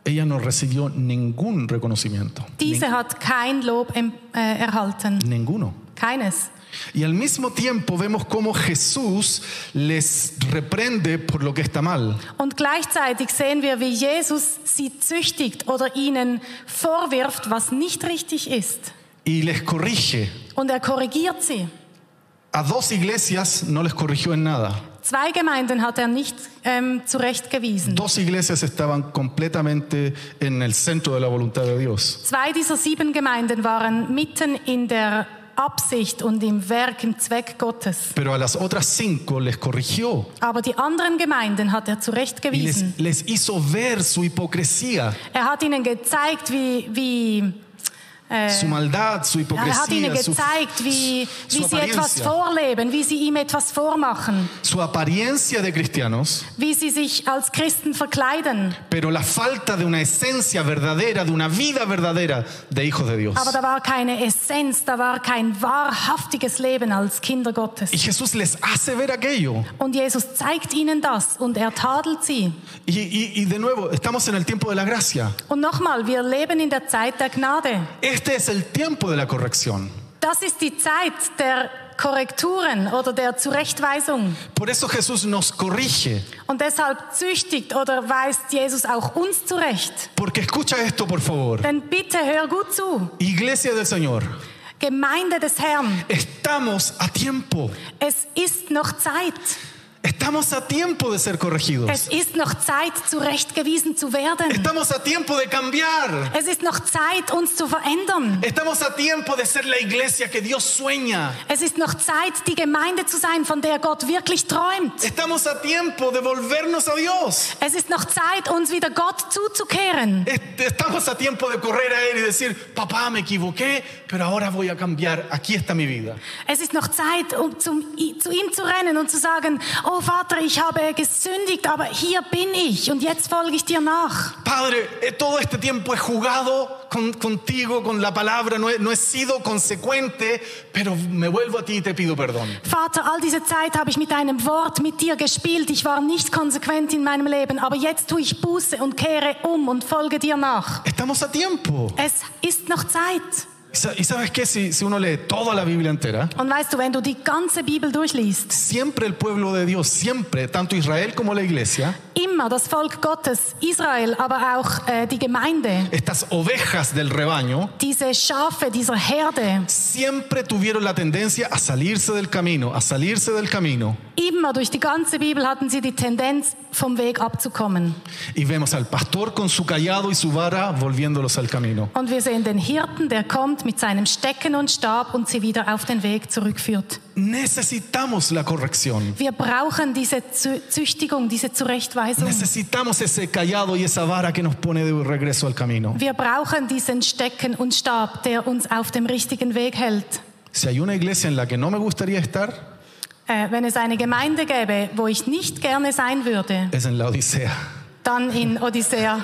A: Ella no recibió ningún reconocimiento.
B: Diese hat kein Lob em- äh, erhalten.
A: Ninguno.
B: Keines.
A: Y al mismo tiempo vemos cómo Jesús les reprende por lo que está mal.
B: Und gleichzeitig sehen wir, wie Jesus sie züchtigt oder ihnen vorwirft, was nicht richtig ist.
A: Y les corrige.
B: Und er korrigiert sie.
A: A dos iglesias no les corrigió en nada.
B: Zwei Gemeinden hat er nicht ähm, zurechtgewiesen.
A: Dos iglesias estaban completamente en el centro de la voluntad de Dios.
B: Zwei dieser sieben Gemeinden waren mitten in der Absicht und im Werk, im Zweck Gottes.
A: Pero a las otras cinco les corrigió
B: Aber die anderen Gemeinden hat er
A: y
B: zurechtgewiesen.
A: les, les hizo ver su hipocresía,
B: Er hat ihnen gezeigt, wie, wie äh,
A: su maldad, su
B: er hat ihnen
A: hipocresía, su,
B: gezeigt, wie,
A: su
B: wie sie etwas
A: apariencia,
B: vorleben, wie sie ihm etwas vormachen,
A: su apariencia de cristianos,
B: wie sie sich als Christen verkleiden.
A: pero la falta de una esencia verdadera, de una vida verdadera de hijos de Dios.
B: Aber da war keine Essenz, da war kein wahrhaftiges Leben als Kinder Gottes.
A: Y Jesús les hace ver aquello.
B: Und Jesus zeigt ihnen das und er tadelt sie.
A: Y, y- y de nuevo, estamos en el tiempo de la gracia.
B: Und nochmal, wir leben in der Zeit der Gnade.
A: Este es el tiempo de la corrección.
B: Das ist die Zeit der Korrekturen oder der Zurechtweisung.
A: Por eso Jesús nos corrige.
B: Und deshalb züchtigt oder weist Jesus auch uns zurecht.
A: Porque escucha esto, por favor.
B: Denn bitte hör gut zu,
A: Iglesia del Señor,
B: Gemeinde des Herrn,
A: estamos a tiempo.
B: es ist noch Zeit.
A: Estamos a tiempo de ser
B: Es
A: corregidos.
B: ist noch Zeit, zurechtgewiesen zu werden.
A: Estamos a tiempo de cambiar.
B: Es ist noch Zeit, uns zu verändern.
A: Estamos a tiempo de ser la iglesia que Dios sueña.
B: Es ist noch Zeit, die Gemeinde zu sein, von der Gott wirklich träumt.
A: Estamos a tiempo de volvernos a Dios.
B: Es ist noch Zeit, uns wieder Gott zuzukehren.
A: Est- Estamos a tiempo de correr a Él y decir, papá, me equivoqué, pero ahora voy a cambiar. Aquí está mi vida.
B: Es ist noch Zeit, um zum, i- zu ihm zu rennen und zu sagen, oh Vater, ich habe gesündigt, aber hier bin ich und jetzt folge ich dir nach.
A: Padre, eh, todo este tiempo he jugado con- contigo, con la palabra, no he, no he sido consecuente, pero me vuelvo a ti y te pido perdón.
B: Vater, all diese Zeit habe ich mit deinem Wort mit dir gespielt. Ich war nicht konsequent in meinem Leben, aber jetzt tue ich Buße und kehre um und folge dir nach.
A: Estamos a tiempo.
B: Es ist noch Zeit.
A: Y sa- Y sabes qué, si, si uno lee toda la Biblia entera,
B: Und weißt du, wenn du die ganze Bibel durchliest,
A: siempre el pueblo de Dios, siempre, tanto Israel como la iglesia,
B: immer das Volk Gottes, Israel, aber auch äh, die Gemeinde,
A: estas ovejas del rebaño,
B: diese Schafe dieser Herde,
A: siempre tuvieron la tendencia a salirse del camino, a salirse del camino.
B: immer durch die ganze Bibel hatten sie die Tendenz, vom Weg abzukommen.
A: Y vemos al pastor con su callado y su vara volviéndolos al camino.
B: Und wir sehen den Hirten, der kommt mit seinem Stecken und Stab und sie wieder auf den Weg zurückführt.
A: Necesitamos la corrección.
B: Wir brauchen diese Zü Züchtigung, diese Zurechtweisung.
A: Necesitamos ese callado y esa vara que nos pone de regreso al camino.
B: Wir brauchen diesen Stecken und Stab, der uns auf dem richtigen Weg hält.
A: Si hay una iglesia en la que no me gustaría estar,
B: Äh, wenn es eine Gemeinde gäbe, wo ich nicht gerne sein würde,
A: es en la Odisea.
B: dann in Odyssea.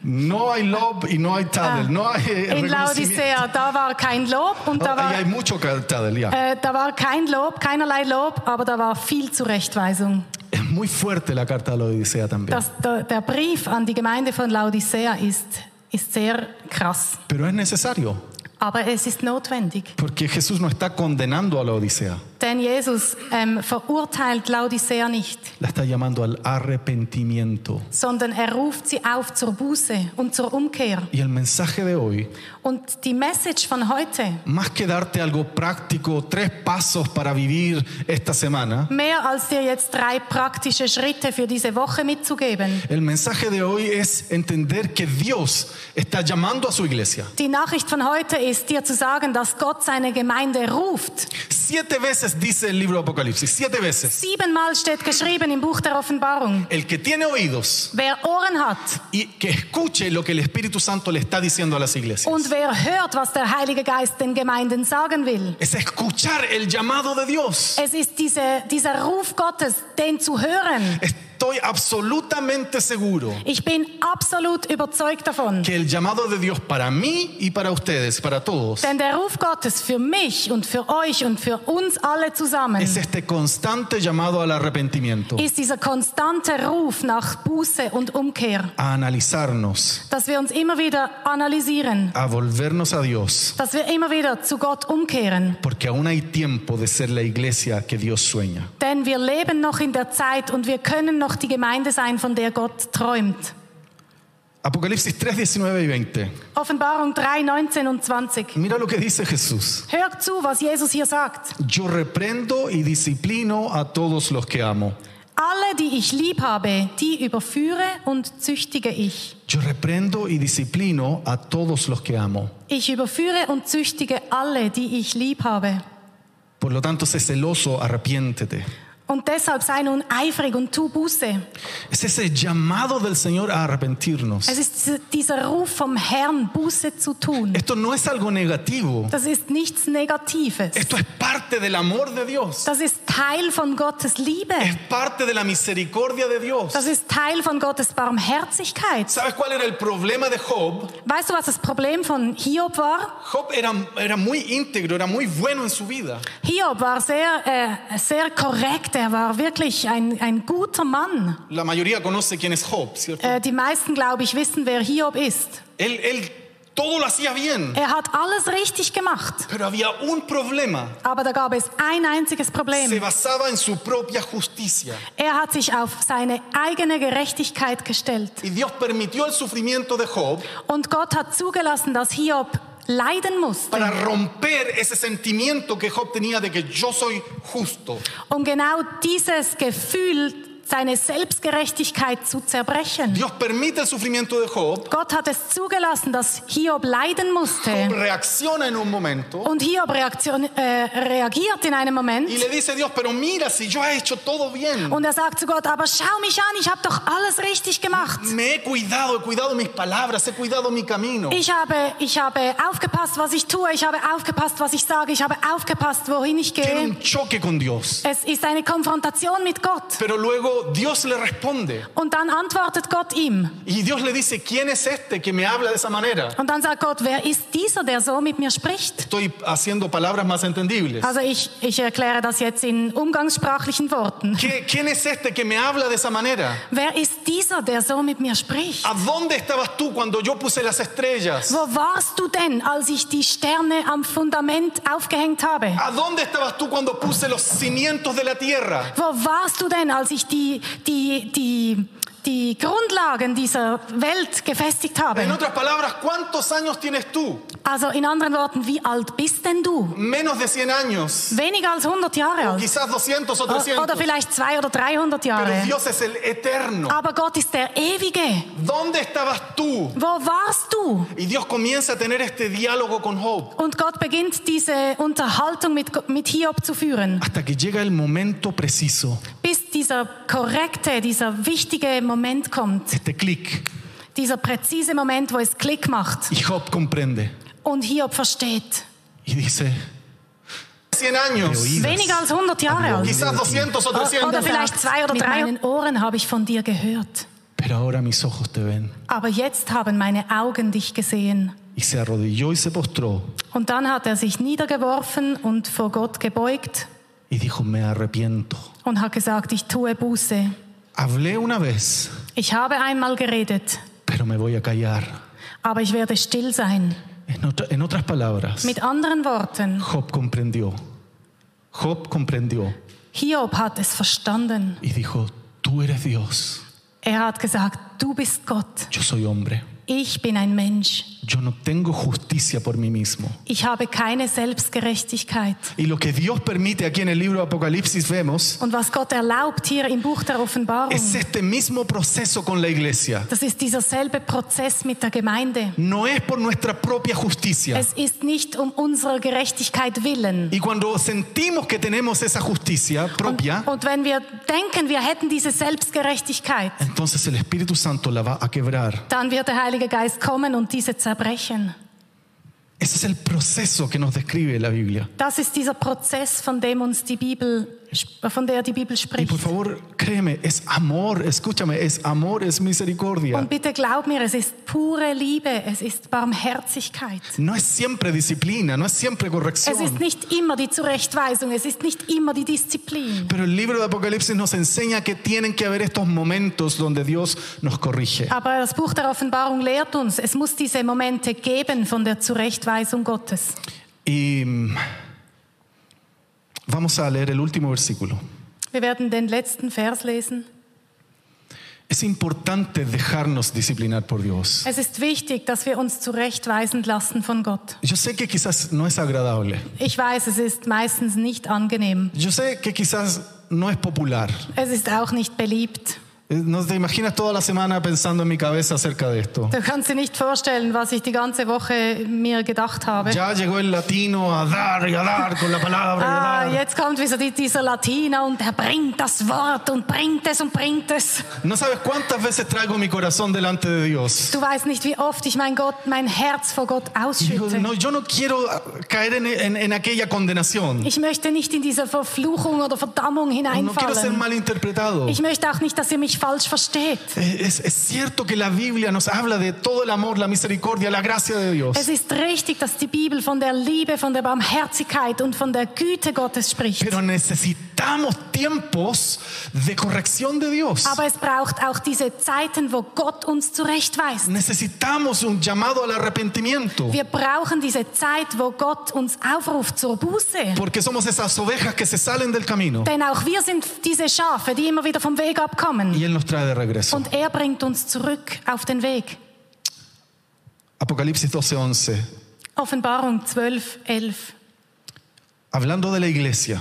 A: No hay lob y no hay tadel.
B: Ah,
A: no hay eh,
B: In
A: reconocimiento.
B: Laodicea, da war kein Lob und da
A: Ah,
B: war,
A: ahí hay mucho ca- tadel, ya.
B: äh, da war kein Lob, keinerlei Lob, aber da war viel Zurechtweisung.
A: Es muy fuerte la carta de la Odisea también.
B: Das, der, der Brief an die Gemeinde von Laodicea ist, ist sehr krass,
A: Pero es necesario,
B: aber es ist notwendig.
A: porque Jesús no está condenando a la Odisea,
B: Denn Jesus ähm, verurteilt Laodicea nicht,
A: la está llamando al arrepentimiento.
B: sondern er ruft sie auf zur Buße und zur Umkehr.
A: Y el mensaje de hoy,
B: Und die Message von heute,
A: más que darte algo práctico, tres pasos para vivir esta semana,
B: mehr als dir jetzt drei praktische Schritte für diese Woche mitzugeben,
A: el mensaje de hoy es entender que Dios está llamando a su iglesia.
B: die Nachricht von heute ist, dir zu sagen, dass Gott seine Gemeinde ruft.
A: Siete veces dice el libro de Apocalipsis, siete veces.
B: Siebenmal steht geschrieben im Buch der Offenbarung.
A: El que tiene oídos
B: Wer Ohren hat
A: y que escuche lo que el Espíritu Santo le está diciendo a las iglesias.
B: und wer hört, was der Heilige Geist den Gemeinden sagen will,
A: Es escuchar el llamado de Dios.
B: es ist diese, dieser Ruf Gottes, den zu hören.
A: Estoy absolutamente seguro
B: Ich bin absolut überzeugt davon.
A: que el llamado de Dios para mí y para ustedes, para todos,
B: Denn der Ruf Gottes für mich und für euch und für uns alle zusammen
A: es este constante llamado al arrepentimiento,
B: ist dieser konstante Ruf nach Buße und Umkehr.
A: a analizarnos,
B: Dass wir uns immer wieder analysieren,
A: a volvernos a Dios,
B: dass wir immer wieder zu Gott umkehren.
A: porque aún hay tiempo de ser la iglesia que Dios sueña.
B: Denn wir leben noch in der Zeit und wir können noch die Gemeinde sein, von der Gott träumt.
A: Apocalipsis 3, 19 y 20.
B: Offenbarung 3, 19 und 20.
A: Mira lo que dice Jesús.
B: Hört zu, was Jesus hier sagt.
A: Yo reprendo y disciplino a todos los que amo.
B: Alle, die ich lieb habe, die überführe und züchtige ich.
A: Yo reprendo y disciplino a todos los que amo.
B: Ich überführe und züchtige alle, die ich lieb habe.
A: Por lo tanto, sé celoso, arrepiéntete.
B: Und deshalb sei nun eifrig und tu Buße.
A: Es ese llamado del Señor a arrepentirnos.
B: Es ist dieser Ruf vom Herrn, Buße zu tun.
A: Esto no es algo negativo.
B: Das ist nichts Negatives.
A: Esto es parte del amor de Dios.
B: Das ist Teil von Gottes Liebe.
A: Es parte de la misericordia de Dios.
B: Das ist Teil von Gottes Barmherzigkeit.
A: ¿Sabes cuál era el problema de Job?
B: Weißt du, was das Problem von Hiob war?
A: Job era, era muy íntegro, era muy bueno en su vida.
B: Hiob war sehr, äh, sehr korrekt. Er war wirklich ein, ein guter Mann.
A: La mayoría conoce quién es Job, ¿cierto?
B: Äh, die meisten, glaube ich, wissen, wer Hiob ist.
A: Él, él todo lo hacía bien,
B: Er hat alles richtig gemacht.
A: pero había un problema.
B: Aber da gab es ein einziges Problem.
A: Se basaba en su propia justicia.
B: Er hat sich auf seine eigene Gerechtigkeit gestellt.
A: Y Dios permitió el sufrimiento de Job
B: Und Gott hat zugelassen, dass Hiob leiden muss,
A: para romper ese sentimiento que Job tenía de que yo soy justo.
B: um genau dieses Gefühl, seine Selbstgerechtigkeit zu zerbrechen.
A: Dios permite el sufrimiento de Job.
B: Gott hat es zugelassen, dass Hiob leiden
A: Job
B: musste.
A: reacciona en un momento
B: Und Hiob Reaktion, äh, reagiert in einem Moment.
A: y le dice a Dios, pero mira si yo he hecho todo bien.
B: Und er sagt zu Gott, aber schau mich an, ich habe doch alles richtig gemacht.
A: Me he cuidado, he cuidado mis palabras, he cuidado mi camino.
B: Ich habe, ich habe aufgepasst, was ich tue. Ich habe aufgepasst, was ich sage. Ich habe aufgepasst, wohin ich
A: Tiene
B: gehe.
A: un choque con Dios.
B: Es ist eine Konfrontation mit Gott.
A: Pero luego Dios le responde
B: Und dann antwortet Gott ihm.
A: y Dios le dice, ¿quién es este que me habla de esa manera?
B: Und dann sagt Gott, wer ist dieser, der so mit mir spricht?
A: Estoy haciendo palabras más entendibles.
B: Also ich, ich erkläre das jetzt in umgangssprachlichen Worten.
A: ¿Qué- ¿Quién es este que me habla de esa manera?
B: Wer ist dieser, der so mit mir spricht?
A: ¿A dónde estabas tú cuando yo puse las estrellas?
B: Wo warst du denn, als ich die Sterne am Fundament aufgehängt habe?
A: ¿A dónde estabas tú cuando puse los cimientos de la tierra?
B: Wo warst du denn, als ich die, die, die, die Grundlagen dieser Welt gefestigt
A: En
B: habe?
A: otras palabras, ¿cuántos años tienes tú?
B: Also in anderen Worten, wie alt bist denn du?
A: Menos de 100 años,
B: Weniger als 100 Jahre alt.
A: quizás 200 o
B: O- Oder
A: 300.
B: vielleicht 200 oder 300
A: Pero
B: Jahre.
A: Dios es el eterno.
B: Aber Gott ist der Ewige.
A: ¿Dónde estabas tú?
B: Wo warst du?
A: Y Dios comienza a tener este diálogo con Job.
B: Und Gott beginnt diese Unterhaltung mit, mit Hiob zu führen,
A: Hasta que llega el momento preciso,
B: bis dieser korrekte, dieser wichtige Moment kommt,
A: este clic,
B: dieser präzise Moment, wo es Klick macht
A: y Job comprende.
B: und Hiob versteht.
A: Y dice, 100 años,
B: Weniger als 100 Jahre alt.
A: quizás 200 o
B: O- Oder
A: 300.
B: vielleicht zwei oder drei. Mit meinen Ohren habe ich von dir gehört.
A: pero ahora mis ojos te ven.
B: Aber jetzt haben meine Augen dich gesehen.
A: Y se arrodilló y se postró
B: Und dann hat er sich niedergeworfen und vor Gott gebeugt
A: y dijo, me arrepiento.
B: und hat gesagt, ich tue Buße.
A: Hablé una vez,
B: Ich habe einmal geredet,
A: pero me voy a callar.
B: aber ich werde still sein.
A: En, otra- en otras palabras,
B: Mit anderen Worten,
A: Job comprendió. Job comprendió
B: Hiob hat es verstanden.
A: y dijo, tú eres Dios,
B: Er hat gesagt, du bist Gott,
A: yo soy hombre.
B: ich bin ein Mensch.
A: Yo no tengo justicia por mí mismo.
B: Ich habe keine Selbstgerechtigkeit.
A: Y lo que Dios permite aquí en el libro de Apocalipsis vemos
B: Und was Gott erlaubt hier im Buch der Offenbarung,
A: es este mismo proceso con la iglesia.
B: das ist dieser selbe Prozess mit der Gemeinde.
A: No es por nuestra propia justicia.
B: Es ist nicht um unserer Gerechtigkeit willen.
A: Y cuando sentimos que tenemos esa justicia propia,
B: Und wenn wir denken, wir hätten diese Selbstgerechtigkeit,
A: entonces el Espíritu Santo la va a quebrar.
B: dann wird der Heilige Geist kommen und diese zerbrechen.
A: Ese es el proceso que nos describe la Biblia.
B: Das ist dieser Prozess, von dem uns die Bibel, von der die Bibel
A: Y
B: spricht.
A: por favor, créeme, es amor, escúchame, es amor, es misericordia.
B: Und bitte glaub mir, es ist pure Liebe, es ist Barmherzigkeit.
A: No es siempre disciplina, no es siempre
B: Es ist
A: corrección.
B: nicht immer die Zurechtweisung, es ist nicht immer die Disziplin.
A: Pero el libro de Apocalipsis nos enseña que tienen que haber estos momentos donde Dios nos corrige.
B: Aber das Buch der Offenbarung lehrt uns, es muss diese Momente geben von der Zurechtweisung Gottes.
A: Y mm, vamos a leer el último versículo.
B: Wir werden den letzten Vers lesen.
A: Es importante dejarnos disciplinar por Dios.
B: Es ist wichtig, dass wir uns zurechtweisen lassen von Gott.
A: Yo sé que quizás no es agradable.
B: Ich weiß, es ist meistens nicht angenehm.
A: Yo sé que quizás no es popular.
B: Es ist auch nicht beliebt.
A: Eh, No te imaginas toda la semana pensando en mi cabeza acerca de esto.
B: Du kannst dir nicht vorstellen, was ich die ganze Woche mir gedacht habe.
A: Ya llegó el latino a dar y a dar con la palabra. y a
B: Ah,
A: dar.
B: jetzt kommt wieder die, dieser Latiner und er bringt das Wort und bringt es und bringt es.
A: No sabes cuántas veces traigo mi corazón delante de Dios.
B: Du weißt nicht, wie oft ich mein Gott, mein Herz vor
A: Y
B: Gott
A: digo,
B: ausschütte.
A: no, yo no quiero ah, caer en, en- en aquella condenación.
B: Ich möchte nicht in diese Verfluchung oder Verdammung
A: No quiero ser
B: hineinfallen.
A: malinterpretado.
B: Ich möchte auch nicht, dass ihr mich falsch versteht.
A: Es, es cierto que la Biblia nos habla de todo el amor, la misericordia, la gracia de Dios.
B: Es ist richtig, dass die Bibel von der Liebe, von der Barmherzigkeit und von der Güte Gottes spricht.
A: Pero necesitamos tiempos de corrección de Dios.
B: Aber es braucht auch diese Zeiten, wo Gott uns zurechtweist.
A: Necesitamos un llamado al arrepentimiento.
B: Wir brauchen diese Zeit, wo Gott uns aufruft zur Buße.
A: Porque somos esas ovejas que se salen del camino.
B: Denn auch wir sind diese Schafe, die immer wieder vom Weg
A: Y
B: abkommen.
A: Él nos trae de regreso.
B: Und er bringt uns zurück auf den Weg.
A: Apocalipsis 12:11.
B: Offenbarung 12, 11.
A: Hablando de la iglesia.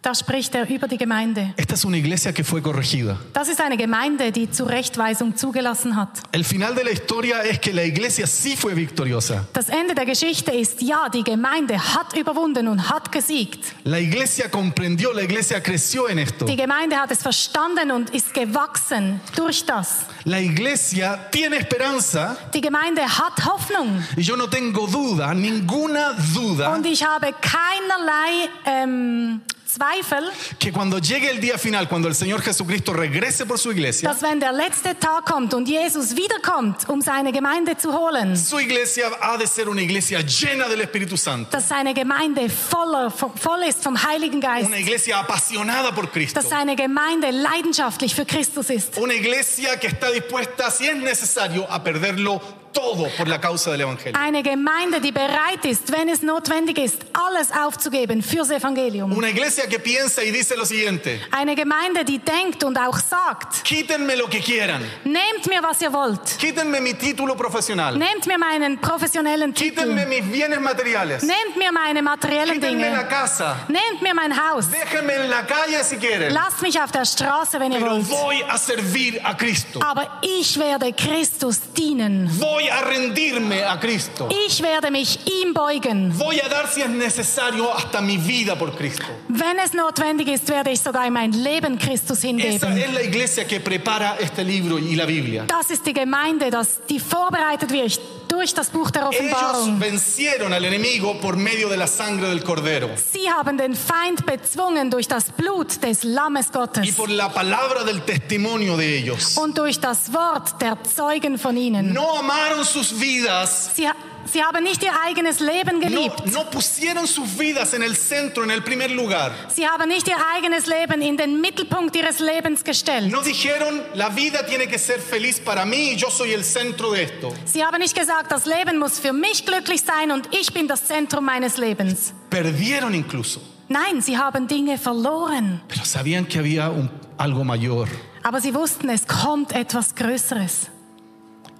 B: Da spricht er über die Gemeinde.
A: Esta es una iglesia que fue corregida.
B: Das ist eine Gemeinde, die Zurechtweisung zugelassen hat.
A: El final de la historia es que la iglesia sí fue victoriosa.
B: Das Ende der Geschichte ist, ja, die Gemeinde hat überwunden und hat gesiegt.
A: La iglesia comprendió, la iglesia creció en esto.
B: Die Gemeinde hat es verstanden und ist gewachsen durch das.
A: La iglesia tiene esperanza
B: Die Gemeinde hat Hoffnung.
A: y yo no tengo duda, ninguna duda,
B: Und ich habe keinerlei ähm, Zweifel,
A: que cuando llegue el día final, cuando el Señor Jesucristo regrese por su iglesia,
B: dass wenn der letzte Tag kommt und Jesus wiederkommt, um seine Gemeinde zu holen,
A: su iglesia ha de ser una iglesia llena del Espíritu Santo,
B: dass seine Gemeinde voller, vo- voll ist vom Heiligen Geist,
A: una iglesia apasionada por Cristo,
B: dass seine Gemeinde leidenschaftlich für Christus ist,
A: una iglesia que está dispuesta, si es necesario, a perderlo todo por la causa del Evangelio,
B: eine Gemeinde, die bereit ist, wenn es notwendig ist, alles aufzugeben fürs Evangelium,
A: una iglesia que piensa y dice lo siguiente,
B: eine Gemeinde, die denkt und auch sagt,
A: quítenme lo que quieran,
B: nehmt mir, was ihr wollt,
A: quítenme mi título profesional,
B: nehmt mir meinen professionellen Titel,
A: quítenme mis bienes materiales,
B: nehmt mir meine materiellen
A: quítenme la
B: Dinge,
A: casa.
B: nehmt mir mein Haus,
A: Déjenme en la calle si quieren,
B: lasst mich auf der Straße, wenn ihr
A: pero
B: wollt.
A: voy a servir a Cristo.
B: Aber ich werde Christus dienen.
A: Voy a rendirme a Cristo.
B: Ich werde mich ihm beugen.
A: Voy a dar si es necesario hasta mi vida por Cristo.
B: Wenn es notwendig ist, werde ich sogar mein Leben Christus
A: Esa
B: hingeben.
A: es la iglesia que prepara este libro y la Biblia.
B: Das ist die Gemeinde, das, die vorbereitet wird durch das Buch der
A: Ellos
B: Offenbarung.
A: vencieron al enemigo por medio de la sangre del cordero
B: Sie haben den Feind bezwungen durch das Blut des Lammes
A: y
B: Gottes
A: por la palabra del testimonio de ellos.
B: und durch das Wort der Zeugen von ihnen.
A: No amaron sus vidas,
B: Sie, ha- sie haben nicht ihr eigenes Leben
A: no,
B: geliebt.
A: no pusieron sus vidas en el centro, en el primer lugar.
B: Sie haben nicht ihr eigenes Leben in den Mittelpunkt ihres Lebens gestellt.
A: No dijeron, la vida tiene que ser feliz para mí, yo soy el centro de esto.
B: Sie haben nicht gesagt, das Leben muss für mich glücklich sein und ich bin das Zentrum meines Lebens.
A: Perdieron incluso,
B: Nein, sie haben Dinge verloren.
A: pero sabían que había un- algo mayor
B: Aber sie wussten, es kommt etwas Größeres.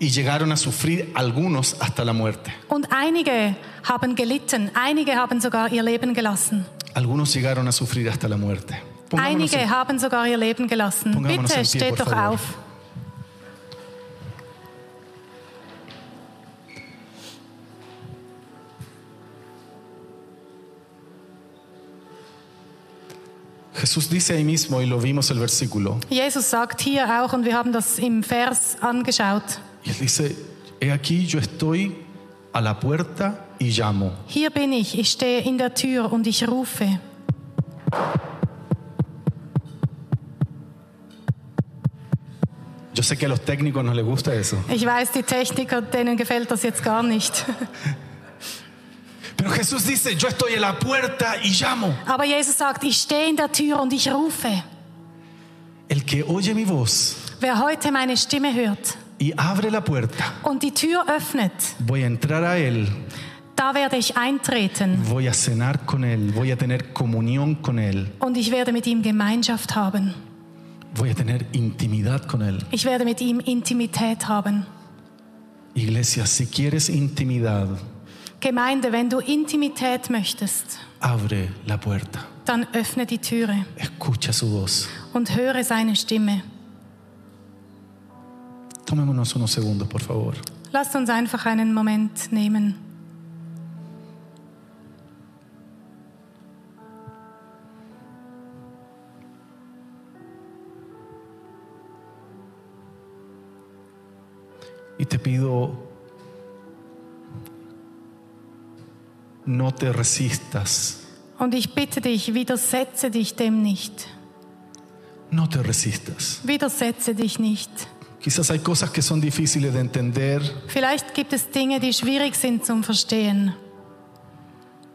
A: y llegaron a sufrir algunos hasta la muerte.
B: Und einige haben gelitten, einige haben sogar ihr Leben gelassen.
A: Algunos llegaron a sufrir hasta la muerte. Pongámonos
B: Einige
A: en-
B: haben sogar ihr Leben gelassen.
A: Pongámonos
B: Bitte
A: en pie,
B: steht
A: por
B: doch
A: favor.
B: auf.
A: Jesús dice ahí mismo, y lo vimos el versículo,
B: Jesus sagt hier auch, und wir haben das im Vers angeschaut,
A: y él dice, he aquí yo estoy a la puerta y llamo.
B: hier bin ich, ich stehe in der Tür und ich rufe.
A: Yo sé que a los técnicos no les gusta eso,
B: Ich weiß, die Techniker, denen gefällt das jetzt gar nicht.
A: pero Jesús dice, yo estoy a la puerta y llamo.
B: Aber Jesus sagt, ich stehe in der Tür und ich rufe.
A: El que oye mi voz
B: Wer heute meine Stimme hört
A: y abre la puerta,
B: und die Tür öffnet,
A: voy a entrar a él,
B: da werde ich eintreten
A: voy a cenar con él, voy a tener comunión con él,
B: und ich werde mit ihm Gemeinschaft haben.
A: voy a tener intimidad con él.
B: Ich werde mit ihm Intimität haben.
A: Iglesia, si quieres intimidad,
B: Gemeinde, wenn du Intimität möchtest,
A: abre la puerta,
B: dann öffne die Türe
A: escucha su voz.
B: und höre seine Stimme.
A: Tomémonos unos segundos, por favor.
B: Lasst uns einfach einen Moment nehmen.
A: Y te pido, no te resistas,
B: Und ich bitte dich, widersetze dich dem nicht.
A: no te resistas.
B: Widersetze dich nicht.
A: Quizás hay cosas que son difíciles de entender,
B: Vielleicht gibt es Dinge, die schwierig sind zum Verstehen.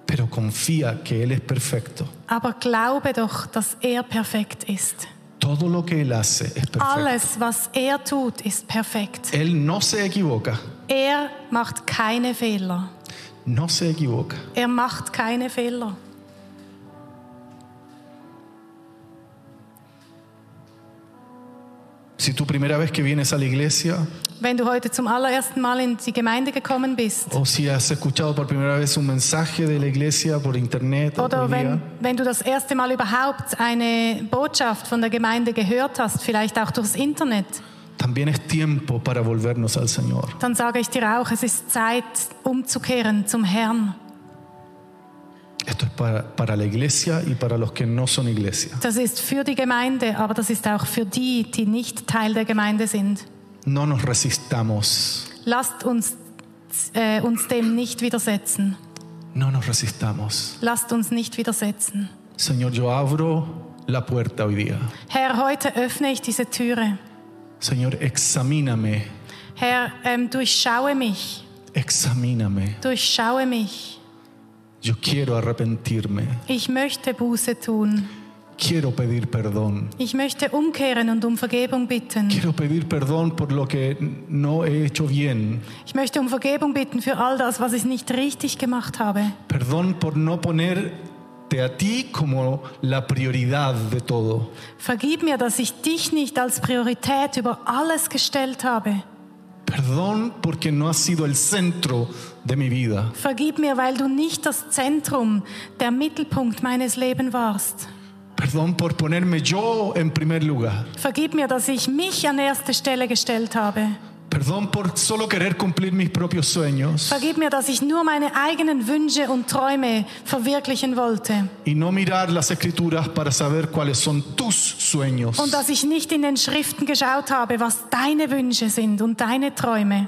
A: pero confía que Él es perfecto.
B: Aber glaube doch, dass er perfekt ist.
A: Todo lo que Él hace es perfecto.
B: Alles, was er tut, ist perfekt.
A: Él no se equivoca,
B: Er macht keine Fehler.
A: no se equivoca.
B: Er macht keine Fehler.
A: Si tu primera vez que vienes a la iglesia
B: Wenn du heute zum allerersten Mal in die Gemeinde gekommen bist
A: o si has escuchado por primera vez un mensaje de la iglesia por internet,
B: oder
A: hoy
B: wenn,
A: día,
B: wenn du das erste Mal überhaupt eine Botschaft von der Gemeinde gehört hast, vielleicht auch durchs Internet,
A: también es tiempo para volvernos al Señor.
B: dann sage ich dir auch, es ist Zeit, umzukehren zum Herrn.
A: Esto es para, para la iglesia y para los que no son iglesia.
B: Das ist für die Gemeinde, aber das ist auch für die, die nicht Teil der Gemeinde sind.
A: No nos resistamos,
B: Lasst uns, äh, uns dem nicht widersetzen.
A: no nos resistamos.
B: Lasst uns nicht widersetzen.
A: Señor, yo abro la puerta hoy día.
B: Herr, heute öffne ich diese Türe.
A: Señor, examíname,
B: Herr, ähm, durchschaue mich,
A: examíname.
B: durchschaue mich.
A: Yo quiero arrepentirme,
B: Ich möchte Buße tun.
A: quiero pedir perdón.
B: Ich möchte umkehren und um Vergebung bitten.
A: Quiero pedir perdón por lo que no he hecho bien.
B: Ich möchte um Vergebung bitten für all das, was ich nicht richtig gemacht habe.
A: Perdón por no ponerte a ti como la prioridad de todo.
B: Vergib mir, dass ich dich nicht als Priorität über alles gestellt habe.
A: Perdón porque no has sido el centro de mi vida.
B: Vergib mir, weil du nicht das Zentrum, der Mittelpunkt meines Lebens warst.
A: Perdón por ponerme yo en primer lugar.
B: Vergib mir, dass ich mich an erste Stelle gestellt habe.
A: Perdón por solo querer cumplir mis propios sueños
B: Vergib mir, dass ich nur meine eigenen Wünsche und Träume verwirklichen wollte
A: y no mirar las escrituras para saber cuáles son tus sueños.
B: und dass ich nicht in den Schriften geschaut habe, was deine Wünsche sind und deine Träume.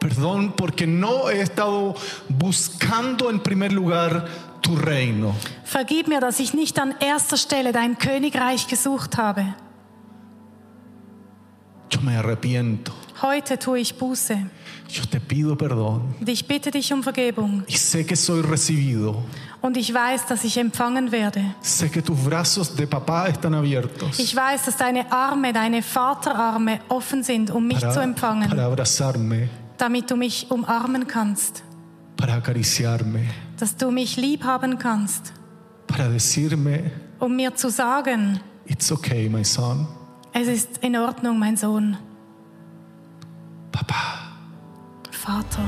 A: Perdón porque no he estado buscando en primer lugar tu reino.
B: Vergib mir, dass ich nicht an erster Stelle dein Königreich gesucht habe.
A: Yo me arrepiento.
B: Heute tue ich Buße
A: Yo te pido perdón.
B: und ich bitte dich um Vergebung.
A: Y sé que soy recibido.
B: Und ich weiß, dass ich empfangen werde.
A: Sé que tus brazos de papá están abiertos
B: Ich weiß, dass deine Arme, deine Vaterarme offen sind, um mich zu
A: para, para
B: empfangen,
A: abrazarme,
B: damit du mich umarmen kannst,
A: para acariciarme,
B: dass du mich lieb haben kannst,
A: para decirme,
B: um mir zu sagen,
A: it's okay, my son.
B: es ist in Ordnung, mein Sohn,
A: Papá,
B: Vater.